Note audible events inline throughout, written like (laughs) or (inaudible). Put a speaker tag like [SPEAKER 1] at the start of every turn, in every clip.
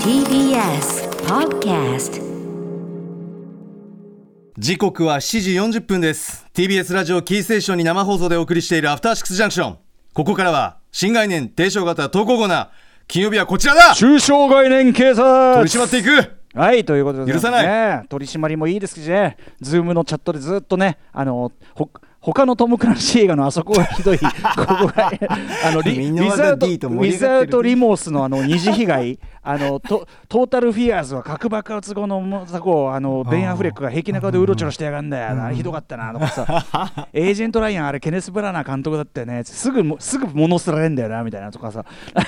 [SPEAKER 1] TBS Podcast
[SPEAKER 2] 時刻は7時40分です TBS ラジオキーステーションに生放送でお送りしているアフターシックスジャンクションここからは新概念提唱型投稿コーナー金曜日はこちらだ
[SPEAKER 3] 中小概念警察
[SPEAKER 2] 取り締まっていく
[SPEAKER 3] はいということで、ね、
[SPEAKER 2] 許さな
[SPEAKER 3] 取り締まりもいいですしねズームのチャットでずっとねあのほ他のトム・クランシー映画のあそこがひどい、こ (laughs) こがあのリ
[SPEAKER 2] み
[SPEAKER 3] ウ
[SPEAKER 2] んなま
[SPEAKER 3] ィ
[SPEAKER 2] だ
[SPEAKER 3] ザード
[SPEAKER 2] D と
[SPEAKER 3] ウ
[SPEAKER 2] 盛り
[SPEAKER 3] ィ
[SPEAKER 2] 上が
[SPEAKER 3] ザ
[SPEAKER 2] ってる
[SPEAKER 3] ード・リモースのあの二次被害あのト、トータル・フィアーズは核爆発後の雑魚をあのベン・アフレックが平気な顔でうろちょろしてやがんだよ、あれひどかったなとかさ、 (laughs) エージェント・ライアン、あれケネス・ブラナー監督だったよね、すぐもすぐ物すられんだよなみたいなとかさ、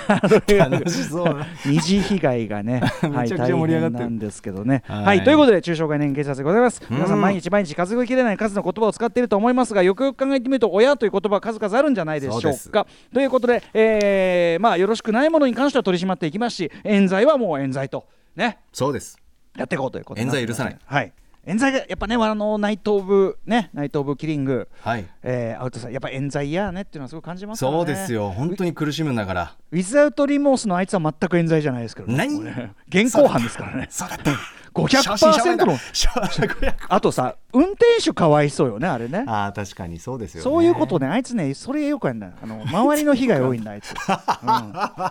[SPEAKER 2] 楽しそうな
[SPEAKER 3] 二次被害がね、は
[SPEAKER 2] (laughs) め
[SPEAKER 3] い、
[SPEAKER 2] ちゃくち
[SPEAKER 3] 大
[SPEAKER 2] ゃ盛り上が
[SPEAKER 3] 変
[SPEAKER 2] ってる
[SPEAKER 3] なんですけどね。
[SPEAKER 2] はい
[SPEAKER 3] はい、ということで、中小概念警察でございます。皆さ
[SPEAKER 2] うん
[SPEAKER 3] ん、毎日毎日数えきれない数の言葉を使っていると思いますが、よくよく考えてみると、親という言葉は数々あるんじゃないでし
[SPEAKER 2] そうで
[SPEAKER 3] ょ
[SPEAKER 2] す
[SPEAKER 3] うか。ということで、えーまあ、よろしくないものに関しては取り締まっていきますし、冤罪はもう冤罪と、ね、
[SPEAKER 2] そうです
[SPEAKER 3] やっていこうということに
[SPEAKER 2] 冤罪許
[SPEAKER 3] って
[SPEAKER 2] さない
[SPEAKER 3] ますはい。冤罪がやっぱね、あの内頭部、ね、内頭部キリング、
[SPEAKER 2] はい
[SPEAKER 3] えーアウトさん、やっぱ冤罪やねっていうのはすごい感じますからね。
[SPEAKER 2] そうですよ本当に苦しむんだから
[SPEAKER 3] ウィザウトリモースのあいつは全く冤罪じゃないですけど、
[SPEAKER 2] 何
[SPEAKER 3] これ現行犯ですからね。
[SPEAKER 2] そうだった
[SPEAKER 3] 500%の
[SPEAKER 2] 500%
[SPEAKER 3] あとさ、運転手かわいそうよね、あれね。
[SPEAKER 2] (laughs) ああ確かにそうですよね
[SPEAKER 3] そういうことね、あいつね、それよくやんだあの周りの被害多いんだ、あいつ、うん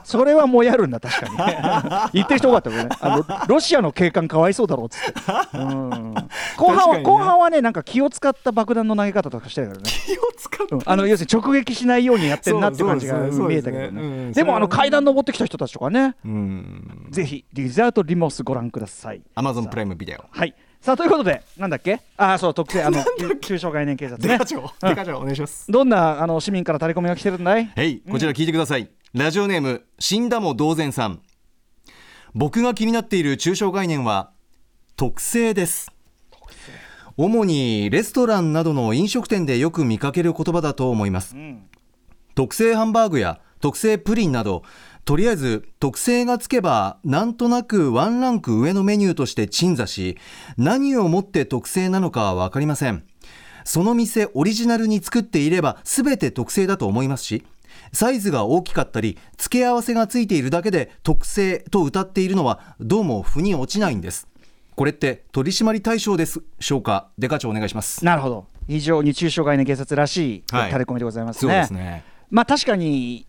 [SPEAKER 3] それはもうやるんだ、確
[SPEAKER 2] (laughs)
[SPEAKER 3] かに。言ってる人多かったよねあの、ロシアの警官かわいそうだろうっつって、うん後
[SPEAKER 2] 確
[SPEAKER 3] 半
[SPEAKER 2] か
[SPEAKER 3] は、
[SPEAKER 2] にね
[SPEAKER 3] 後半はね、なんか気を使った爆弾の投げ方とかしてる
[SPEAKER 2] (laughs)
[SPEAKER 3] からね。
[SPEAKER 2] (laughs) 気を使って
[SPEAKER 3] うんあの要するに直撃しないようにやってんなって感じが
[SPEAKER 2] そうそうで
[SPEAKER 3] 見え
[SPEAKER 2] すね
[SPEAKER 3] たけど
[SPEAKER 2] そうですねう
[SPEAKER 3] ね。
[SPEAKER 2] ん
[SPEAKER 3] でもあの階段登ってきた人たちとかね、
[SPEAKER 2] うん
[SPEAKER 3] ぜひリザートリモスご覧ください。
[SPEAKER 2] Amazon プライムビデオ
[SPEAKER 3] はい。さあということで、なんだっけああ、そう、特定、あの、中小概念警察
[SPEAKER 2] デ
[SPEAKER 3] ね
[SPEAKER 2] カ。長デカ長お願いします
[SPEAKER 3] どんなあの市民からタレコミが来てるんだい
[SPEAKER 2] はい、こちら聞いてください。ラジオネーム、死んだも同然さん。僕が気になっている抽象概念は、特性です。主にレストランなどの飲食店でよく見かける言葉だと思います。特製ハンバーグや特製プリンなど、とりあえず特性がつけばなんとなくワンランク上のメニューとして鎮座し、何をもって特性なのかはわかりません。その店オリジナルに作っていれば全て特性だと思いますしサイズが大きかったり付け合わせがついているだけで特性と歌っているのはどうも腑に落ちないんですこれって取締り対象ですしょうかデカ長お願いします
[SPEAKER 3] なるほど。非常に中小概念警察らしい
[SPEAKER 2] はい
[SPEAKER 3] タレコミでございます
[SPEAKER 2] そう
[SPEAKER 3] ね。
[SPEAKER 2] ですね
[SPEAKER 3] まあ確かに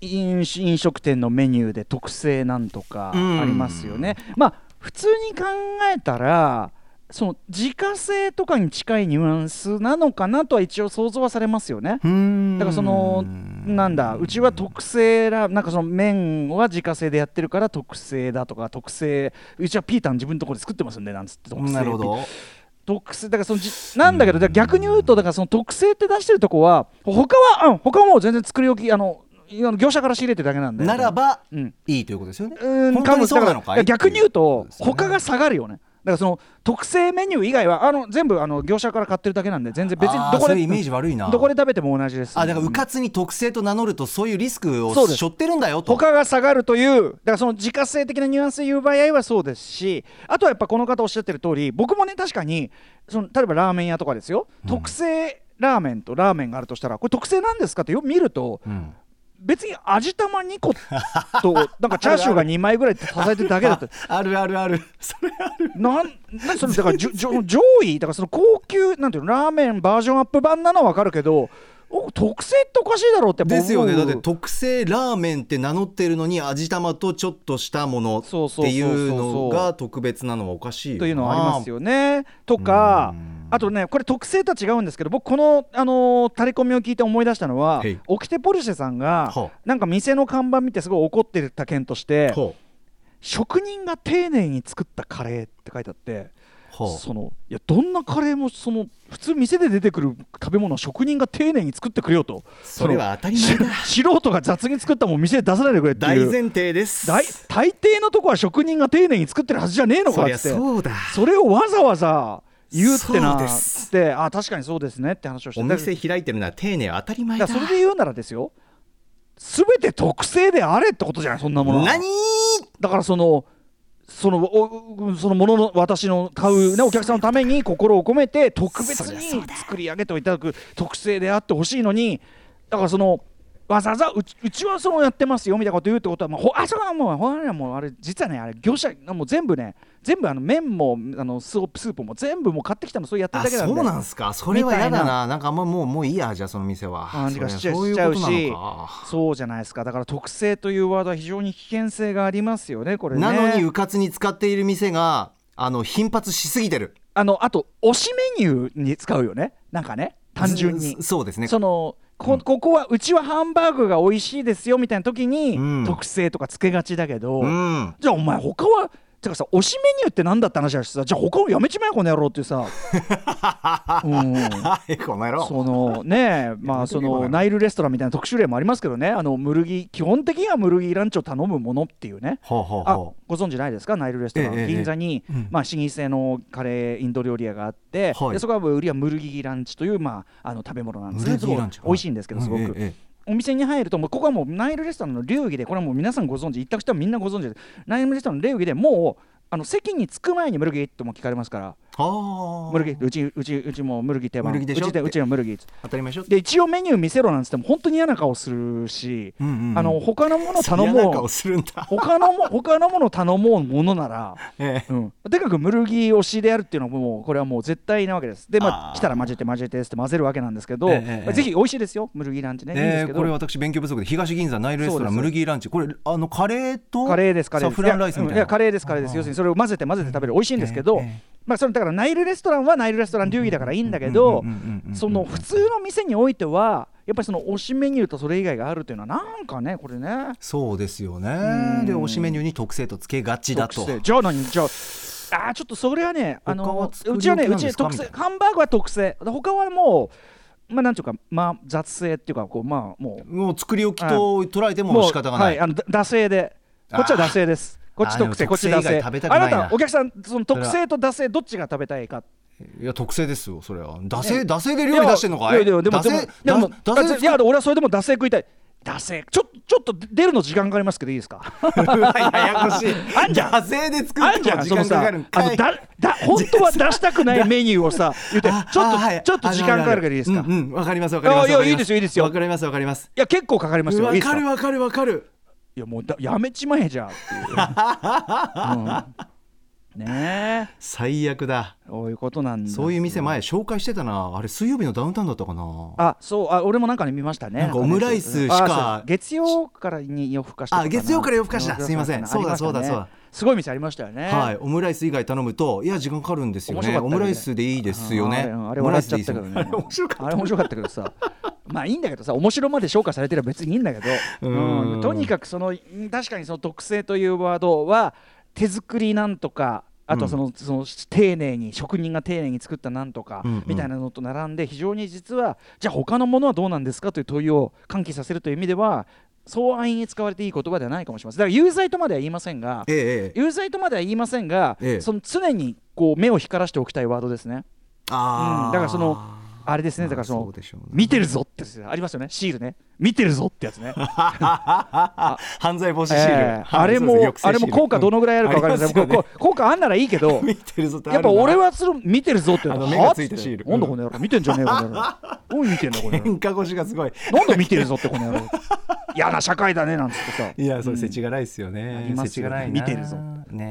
[SPEAKER 3] 飲酒飲食店のメニューで特製なんとかありますよね。まあ普通に考えたらその自家製とかに近いニュアンスなのかなとは一応想像はされますよね。
[SPEAKER 2] うん
[SPEAKER 3] だからそのなんだうちは特製ラなんかその麺は自家製でやってるから特製だとか特製うちはピータン自分のところで作ってますんでなんつって特製
[SPEAKER 2] なるほど
[SPEAKER 3] 特性だからそのじなんだけどだから逆に言うとだからその特性って出してるとこは他はうん他はもう全然作り置きあのいあの業者から仕入れてるだけなんで
[SPEAKER 2] ならば、
[SPEAKER 3] うん
[SPEAKER 2] いいということですよね
[SPEAKER 3] うーん
[SPEAKER 2] 本当にそうなの
[SPEAKER 3] だか
[SPEAKER 2] からい
[SPEAKER 3] 逆に言うと
[SPEAKER 2] っていことですよね
[SPEAKER 3] 他が下がるよねだからその特製メニュー以外はあの全部あの業者から買ってるだけなんで全然別
[SPEAKER 2] あ
[SPEAKER 3] に
[SPEAKER 2] ー
[SPEAKER 3] どこ
[SPEAKER 2] そ
[SPEAKER 3] で
[SPEAKER 2] ういうイメージ悪いな
[SPEAKER 3] どこで食べても同じです
[SPEAKER 2] あだからうかつに特性と名乗るとそういうリスクを
[SPEAKER 3] そうです
[SPEAKER 2] 背負ってるんだよと
[SPEAKER 3] 他が下がるというだからその自家製的なニュアンスで言う場合はそうですしあとはやっぱこの方おっしゃってる通り僕もね確かにその例えばラーメン屋とかですよ、特製ラーメンとラーメンがあるとしたらこれ特製なんですかってよく見ると
[SPEAKER 2] うん
[SPEAKER 3] 別に味玉2個
[SPEAKER 2] (laughs)
[SPEAKER 3] となんかチャーシューが2枚ぐらい足されてるだけだと
[SPEAKER 2] あるあるあるそれある
[SPEAKER 3] なんなんそのだか
[SPEAKER 2] (laughs)
[SPEAKER 3] らじょじょ上位だからその高級なんていうのラーメンバージョンアップ版なのは分かるけどお特製っておかしいだろうってやっぱ思
[SPEAKER 2] で
[SPEAKER 3] う
[SPEAKER 2] すよねだって特製ラーメンって名乗ってるのに味玉とちょっとしたもの
[SPEAKER 3] そ
[SPEAKER 2] っ
[SPEAKER 3] うそうそうそう
[SPEAKER 2] ていうのが特別なのはおかしいよな
[SPEAKER 3] というのはありますよね。とか
[SPEAKER 2] うん
[SPEAKER 3] あとねこれ特性とは違うんですけど僕この、あのータレコミを聞いて思い出したのは
[SPEAKER 2] はい
[SPEAKER 3] オキテポルシェさんが
[SPEAKER 2] はあ
[SPEAKER 3] なんか店の看板見てすごい怒ってた件として
[SPEAKER 2] ほ
[SPEAKER 3] 職人が丁寧に作ったカレーって書いてあって。
[SPEAKER 2] うほう
[SPEAKER 3] そのいやどんなカレーもその普通店で出てくる食べ物は職人が丁寧に作ってくれよと
[SPEAKER 2] それは当たり前だ
[SPEAKER 3] そのし素人が雑に作ったもん店で出さないでくれって
[SPEAKER 2] 大
[SPEAKER 3] いう
[SPEAKER 2] 前提です
[SPEAKER 3] 大大抵のとこは職人が丁寧に作ってるはずじゃねえのか
[SPEAKER 2] そ
[SPEAKER 3] っ
[SPEAKER 2] りゃ
[SPEAKER 3] つって
[SPEAKER 2] そうだ
[SPEAKER 3] それをわざわざ言うってな
[SPEAKER 2] そうで
[SPEAKER 3] つ
[SPEAKER 2] す
[SPEAKER 3] ってあ確かにそうですねって話をして
[SPEAKER 2] お
[SPEAKER 3] だ
[SPEAKER 2] 店開いてるのは丁寧は当たり前
[SPEAKER 3] だ
[SPEAKER 2] だ
[SPEAKER 3] からそれで言うならですよ全て特性であれってことじゃないそんなものは
[SPEAKER 2] 何
[SPEAKER 3] だからそのそのおそのものの私の買う、ね、お客さんのために心を込めて特別に作り上げていただく特性であってほしいのにだからそのわざわざうちうちはそうやってますよみたいなこと言うってことは、まあ、ほあそこはもうほらもうあれ実はねあれ業者もう全部ね全部あの麺もあのスープスープも全部もう買ってきたのそうやってる
[SPEAKER 2] あ
[SPEAKER 3] だけなんで
[SPEAKER 2] そうなんすかそれは嫌だ
[SPEAKER 3] みた
[SPEAKER 2] ななんかあんまもうもういいやじゃあその店は
[SPEAKER 3] 感じがしちゃ
[SPEAKER 2] それ
[SPEAKER 3] しちゃうし
[SPEAKER 2] そういうことなのか
[SPEAKER 3] そうじゃないですかだから特性というワードは非常に危険性がありますよねこれね
[SPEAKER 2] なのにうかつに使っている店があの頻発しすぎてる
[SPEAKER 3] あのあと推しメニューに使うよねなんかね単純に
[SPEAKER 2] そそうですね
[SPEAKER 3] そのこここはうちはハンバーグが美味しいですよみたいな時に、
[SPEAKER 2] うん
[SPEAKER 3] 特性とかつけがちだけど、
[SPEAKER 2] うん
[SPEAKER 3] じゃあお前他はてかさ推しメニューって何だって話だしさじゃあ他をやめちまえこの野郎ってい
[SPEAKER 2] (laughs)
[SPEAKER 3] うさ、うん、
[SPEAKER 2] はいこの野郎
[SPEAKER 3] そのねえまあそのナイルレストランみたいな特殊例もありますけどねあのムルギ基本的にはムルギランチを頼むものっていうね
[SPEAKER 2] ほうほう
[SPEAKER 3] あ
[SPEAKER 2] ほ
[SPEAKER 3] ご存知ないですかナイルレストラン、
[SPEAKER 2] ええええ
[SPEAKER 3] 銀座に、
[SPEAKER 2] うん
[SPEAKER 3] まあ、老舗のカレーインド料理屋があって、
[SPEAKER 2] はい
[SPEAKER 3] でそこは売りはムルギランチという、まあ、あの食べ物なん
[SPEAKER 2] う
[SPEAKER 3] ですけどすごい美味しいんですけどすごく、
[SPEAKER 2] うえええ
[SPEAKER 3] お店に入るともうここはもうナイルレストランの流儀でこれはもう皆さんご存知行った人はみんなご存知ですナイルレストランの流儀でもうあの席に着く前にムルギっても聞かれますから
[SPEAKER 2] えはあ
[SPEAKER 3] ムルギうちうちうちもムルギ定番
[SPEAKER 2] ムルギでしょ
[SPEAKER 3] うちで
[SPEAKER 2] って
[SPEAKER 3] うちのムルギ
[SPEAKER 2] 当たり前でしょ
[SPEAKER 3] で一応メニュー見せろなんつっても本当に嫌な顔するし、
[SPEAKER 2] うんうんうん
[SPEAKER 3] あの他のもの頼
[SPEAKER 2] 嫌な
[SPEAKER 3] も
[SPEAKER 2] 顔
[SPEAKER 3] う
[SPEAKER 2] するんだ
[SPEAKER 3] 他のも (laughs) 他のもの頼もうものなら
[SPEAKER 2] ええ
[SPEAKER 3] うん、でかくムルギー推しであるっていうのはもうこれはもう絶対なわけですでま
[SPEAKER 2] あ
[SPEAKER 3] あ
[SPEAKER 2] ー
[SPEAKER 3] 来たら混ぜて混ぜてって混ぜるわけなんですけど、
[SPEAKER 2] ええええ
[SPEAKER 3] まあぜひ美味しいですよムルギーなんてね、いいんです
[SPEAKER 2] え
[SPEAKER 3] け
[SPEAKER 2] ー、
[SPEAKER 3] ど
[SPEAKER 2] これ私勉強不足で東銀座ナイルレストラン
[SPEAKER 3] そ
[SPEAKER 2] ム
[SPEAKER 3] うです
[SPEAKER 2] ルギーランチこれあのカレーと
[SPEAKER 3] カレーですカレー
[SPEAKER 2] サ
[SPEAKER 3] です
[SPEAKER 2] フランライスみたい
[SPEAKER 3] や
[SPEAKER 2] な
[SPEAKER 3] やカレーですカレーです要するにそれを混ぜて混ぜて食べる美味しいんですけど、
[SPEAKER 2] ええええ
[SPEAKER 3] まあそれだからナイルレストランはナイルレストラン流儀だからいいんだけど
[SPEAKER 2] うんうんうんうんうんうん
[SPEAKER 3] その普通の店においてはやっぱりその推しメニューとそれ以外があるというのはなんかねこれね
[SPEAKER 2] そうですよ
[SPEAKER 3] う
[SPEAKER 2] ね
[SPEAKER 3] ん
[SPEAKER 2] で推しメニューに特性とつけがちだと
[SPEAKER 3] 特性じゃあ何じゃああーちょっとそれはねあ
[SPEAKER 2] 他は
[SPEAKER 3] の
[SPEAKER 2] 作り
[SPEAKER 3] うちはね
[SPEAKER 2] 置きなん
[SPEAKER 3] う
[SPEAKER 2] で
[SPEAKER 3] ち
[SPEAKER 2] すか
[SPEAKER 3] 特性
[SPEAKER 2] みたい
[SPEAKER 3] ハンバーグは特性で他はもうまあなんていうかまあ雑性っていうかこうまあもう
[SPEAKER 2] もう作り置きと捉えても
[SPEAKER 3] もう
[SPEAKER 2] 仕方がない、
[SPEAKER 3] はい、あのだ惰性でこっちは惰性ですこっち特
[SPEAKER 2] あ
[SPEAKER 3] 性
[SPEAKER 2] ー
[SPEAKER 3] こっち
[SPEAKER 2] でも特性以
[SPEAKER 3] 惰性
[SPEAKER 2] 外食べたく
[SPEAKER 3] あ
[SPEAKER 2] ないな
[SPEAKER 3] なたお客さんその特性と惰性どっちが食べたいか
[SPEAKER 2] いや特性ですよそれは惰性惰性で
[SPEAKER 3] い
[SPEAKER 2] 料
[SPEAKER 3] や
[SPEAKER 2] 理出してんのかい
[SPEAKER 3] いやいやでも
[SPEAKER 2] 惰性
[SPEAKER 3] でもでも
[SPEAKER 2] 惰惰性
[SPEAKER 3] あいや俺はそれでも惰性食いたい惰性ちょちょっと出るの時間かかりますけどいいですか
[SPEAKER 2] (laughs) ややこしい
[SPEAKER 3] あんじゃん
[SPEAKER 2] 惰性で作って
[SPEAKER 3] あん
[SPEAKER 2] も
[SPEAKER 3] じゃん
[SPEAKER 2] 時
[SPEAKER 3] その
[SPEAKER 2] 間か
[SPEAKER 3] さ
[SPEAKER 2] か
[SPEAKER 3] あ
[SPEAKER 2] るん
[SPEAKER 3] の
[SPEAKER 2] かい
[SPEAKER 3] だだ本当は出したく
[SPEAKER 2] (laughs)
[SPEAKER 3] ないメニューをさ言ってちょっ
[SPEAKER 2] あ
[SPEAKER 3] と、
[SPEAKER 2] はい
[SPEAKER 3] ちょっと時間かかるからいいですか、
[SPEAKER 2] うん
[SPEAKER 3] い
[SPEAKER 2] うんわかりますわかります
[SPEAKER 3] あいや
[SPEAKER 2] わかりま
[SPEAKER 3] いいですよいいですよ
[SPEAKER 2] わかりますわかります
[SPEAKER 3] や結構かかりますよい
[SPEAKER 2] わ
[SPEAKER 3] いです
[SPEAKER 2] か
[SPEAKER 3] か
[SPEAKER 2] るわかるわかる
[SPEAKER 3] いやもうだやめちまえじゃん
[SPEAKER 2] (laughs)
[SPEAKER 3] っていう、うんねえ
[SPEAKER 2] 最悪だ
[SPEAKER 3] そういうことなんだ
[SPEAKER 2] そういう店前紹介してたなあれ水曜日のダウンタウンだったかな
[SPEAKER 3] あそうあ俺もなんかね見ましたね
[SPEAKER 2] なんかオムライスし
[SPEAKER 3] なん
[SPEAKER 2] か
[SPEAKER 3] ねあそう月曜からに夜更かしとか
[SPEAKER 2] あ月曜から夜更かしだすいません
[SPEAKER 3] ありしたね
[SPEAKER 2] そうだそうだそうだ
[SPEAKER 3] すごい店ありましたよね
[SPEAKER 2] はい、オムライス以外頼むと、いや、時間かかるんですよ
[SPEAKER 3] 面
[SPEAKER 2] ね。
[SPEAKER 3] 白かっ
[SPEAKER 2] オ
[SPEAKER 3] たよね
[SPEAKER 2] ムライスでいいですよ
[SPEAKER 3] あ
[SPEAKER 2] ね。
[SPEAKER 3] れあれ
[SPEAKER 2] オムラ
[SPEAKER 3] 笑
[SPEAKER 2] イ
[SPEAKER 3] っ
[SPEAKER 2] ス
[SPEAKER 3] ちゃ
[SPEAKER 2] でい
[SPEAKER 3] っ
[SPEAKER 2] いです
[SPEAKER 3] たけど
[SPEAKER 2] よ
[SPEAKER 3] ね
[SPEAKER 2] あれ (laughs) 面白かった。
[SPEAKER 3] あれ面白かったけどさまあいいんだけどさ面白まで消化されてれば別にいいんだけど、
[SPEAKER 2] うん
[SPEAKER 3] うんとにかくそのうん確かにその特性というワードは手作りなんとかあとはその,、その丁寧に職人が丁寧に作ったなんとか
[SPEAKER 2] うんうん
[SPEAKER 3] みたいなのと並んで非常に実はじゃあ他のものはどうなんですかという問いを喚起させるという意味ではそう安易に使われていい言葉ではないかもしれませんだから有罪とまでは言いませんが
[SPEAKER 2] ええええ、
[SPEAKER 3] 有罪とまでは言いませんが、
[SPEAKER 2] ええ
[SPEAKER 3] その常にこう目を光らしておきたいワードですね。
[SPEAKER 2] ああ、
[SPEAKER 3] うんだからそのあれですね、だからそ
[SPEAKER 2] まあそ
[SPEAKER 3] の
[SPEAKER 2] うでしょうね
[SPEAKER 3] 見てるぞってやつありますよね、シールね、見てるぞってやつね、
[SPEAKER 2] (laughs) 犯罪防止シール、
[SPEAKER 3] えー
[SPEAKER 2] はい
[SPEAKER 3] あれ
[SPEAKER 2] そう
[SPEAKER 3] も
[SPEAKER 2] です抑制シール
[SPEAKER 3] あれも効果どのぐらいあるか分かりません、
[SPEAKER 2] うんありますよ、
[SPEAKER 3] こう効果あんならいいけど
[SPEAKER 2] 見てるぞってあ
[SPEAKER 3] やっ
[SPEAKER 2] る
[SPEAKER 3] ぱ
[SPEAKER 2] な
[SPEAKER 3] 俺はそれ見てるぞって言う
[SPEAKER 2] あ
[SPEAKER 3] と
[SPEAKER 2] の
[SPEAKER 3] は
[SPEAKER 2] 目が
[SPEAKER 3] あ
[SPEAKER 2] ついた
[SPEAKER 3] っつって
[SPEAKER 2] シール
[SPEAKER 3] なんだこの野郎、見てんじゃねえよ、この
[SPEAKER 2] (laughs)
[SPEAKER 3] 野郎、何見てんだ、この野郎、
[SPEAKER 2] 喧嘩腰がすごい。
[SPEAKER 3] なんだ見てるぞって、この野郎、嫌な社会だねなんつってさ。
[SPEAKER 2] いや、それ世知がないですよ
[SPEAKER 3] あ
[SPEAKER 2] ね
[SPEAKER 3] り。ま
[SPEAKER 2] 世
[SPEAKER 3] す
[SPEAKER 2] 知
[SPEAKER 3] よ
[SPEAKER 2] が
[SPEAKER 3] ね
[SPEAKER 2] ないな。
[SPEAKER 3] 見てるぞって
[SPEAKER 2] ね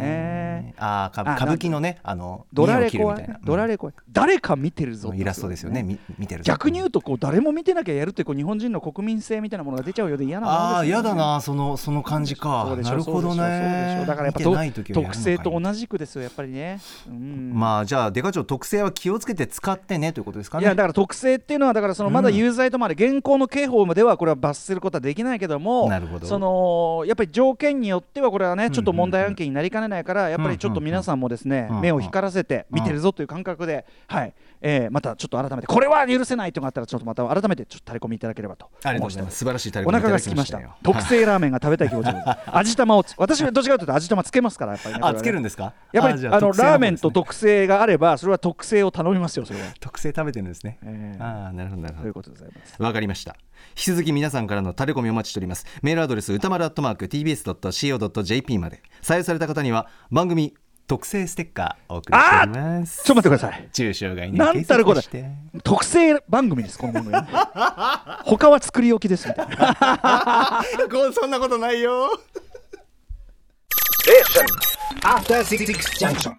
[SPEAKER 2] え。
[SPEAKER 3] え
[SPEAKER 2] ああ、か
[SPEAKER 3] あ
[SPEAKER 2] 歌舞伎のね、あの、
[SPEAKER 3] ドラ
[SPEAKER 2] 見栄を
[SPEAKER 3] レ
[SPEAKER 2] 切るみ
[SPEAKER 3] コは
[SPEAKER 2] たい
[SPEAKER 3] ね
[SPEAKER 2] な、。
[SPEAKER 3] ドラレコは誰か見てるぞ
[SPEAKER 2] うん
[SPEAKER 3] って
[SPEAKER 2] イラストですよね。み見てるぞ。
[SPEAKER 3] 逆に言うとこう誰も見てなきゃやるってこう日本人の国民性みたいなものが出ちゃうようで嫌なものです
[SPEAKER 2] あ
[SPEAKER 3] よ
[SPEAKER 2] あ、
[SPEAKER 3] ね
[SPEAKER 2] やだな、その、その感じ
[SPEAKER 3] そ
[SPEAKER 2] か
[SPEAKER 3] う。でしょ
[SPEAKER 2] なるほど
[SPEAKER 3] そうでしょそうでし
[SPEAKER 2] ね
[SPEAKER 3] ょ。だからやっぱ
[SPEAKER 2] 見てない時
[SPEAKER 3] と
[SPEAKER 2] はやるのかい
[SPEAKER 3] 特性と同じくですよやっぱりね、うん
[SPEAKER 2] まあじゃあデカ長特性は気をつけて使ってねということですか
[SPEAKER 3] い
[SPEAKER 2] ね。
[SPEAKER 3] やだから特性っていうのはだからそのまだ
[SPEAKER 2] うん
[SPEAKER 3] 有罪とまで現行の刑法ではこれは罰することはできないけども
[SPEAKER 2] なるほど
[SPEAKER 3] そのやっぱり条件によってはこれはねちょっと問題案件になりかねないからやっぱりちょっと皆さんもですね
[SPEAKER 2] うんうん
[SPEAKER 3] 目を光らせて見てるぞという感覚ではいえーまたちょっと改めてこれは許せないというのがあったらちょっとまた改めてちょっと垂れ込みいただければと
[SPEAKER 2] ありがとう
[SPEAKER 3] 思
[SPEAKER 2] ご
[SPEAKER 3] い
[SPEAKER 2] ざい
[SPEAKER 3] ま
[SPEAKER 2] ますす。素晴らしいタレ
[SPEAKER 3] お
[SPEAKER 2] コミいた
[SPEAKER 3] 腹が
[SPEAKER 2] だ
[SPEAKER 3] 空
[SPEAKER 2] き
[SPEAKER 3] き
[SPEAKER 2] ま
[SPEAKER 3] ま
[SPEAKER 2] し
[SPEAKER 3] したた
[SPEAKER 2] よ。
[SPEAKER 3] 特製ラーメンが食べたい気持
[SPEAKER 2] (laughs)
[SPEAKER 3] ちです味玉をつ私はどっちかというと味玉つけますからやっぱりねこれは
[SPEAKER 2] あ
[SPEAKER 3] ね
[SPEAKER 2] つけるんですか。
[SPEAKER 3] やっぱり
[SPEAKER 2] じゃ
[SPEAKER 3] あの
[SPEAKER 2] 特性方
[SPEAKER 3] ラーメンと
[SPEAKER 2] ですね
[SPEAKER 3] 特性があればそれは特性を頼みますよそれは。
[SPEAKER 2] 特性食べてるんですね。
[SPEAKER 3] ええ
[SPEAKER 2] ああなるほどなるほ
[SPEAKER 3] と
[SPEAKER 2] ど
[SPEAKER 3] いう。ことでございます。
[SPEAKER 2] わかりました。引き続き皆さんからのタレコミお待ちしております。メールアドレス歌丸アットマーク tbs.co.jp まで。採用された方には番組特製ステッカーお送りしております
[SPEAKER 3] ちょっと待ってください
[SPEAKER 2] 中小概念
[SPEAKER 3] なんたらこ
[SPEAKER 2] 検索
[SPEAKER 3] れ
[SPEAKER 2] して
[SPEAKER 3] 特製番組ですこの番組他は作り置きですみたいな
[SPEAKER 2] こそんなことないよ
[SPEAKER 4] After Six Junction.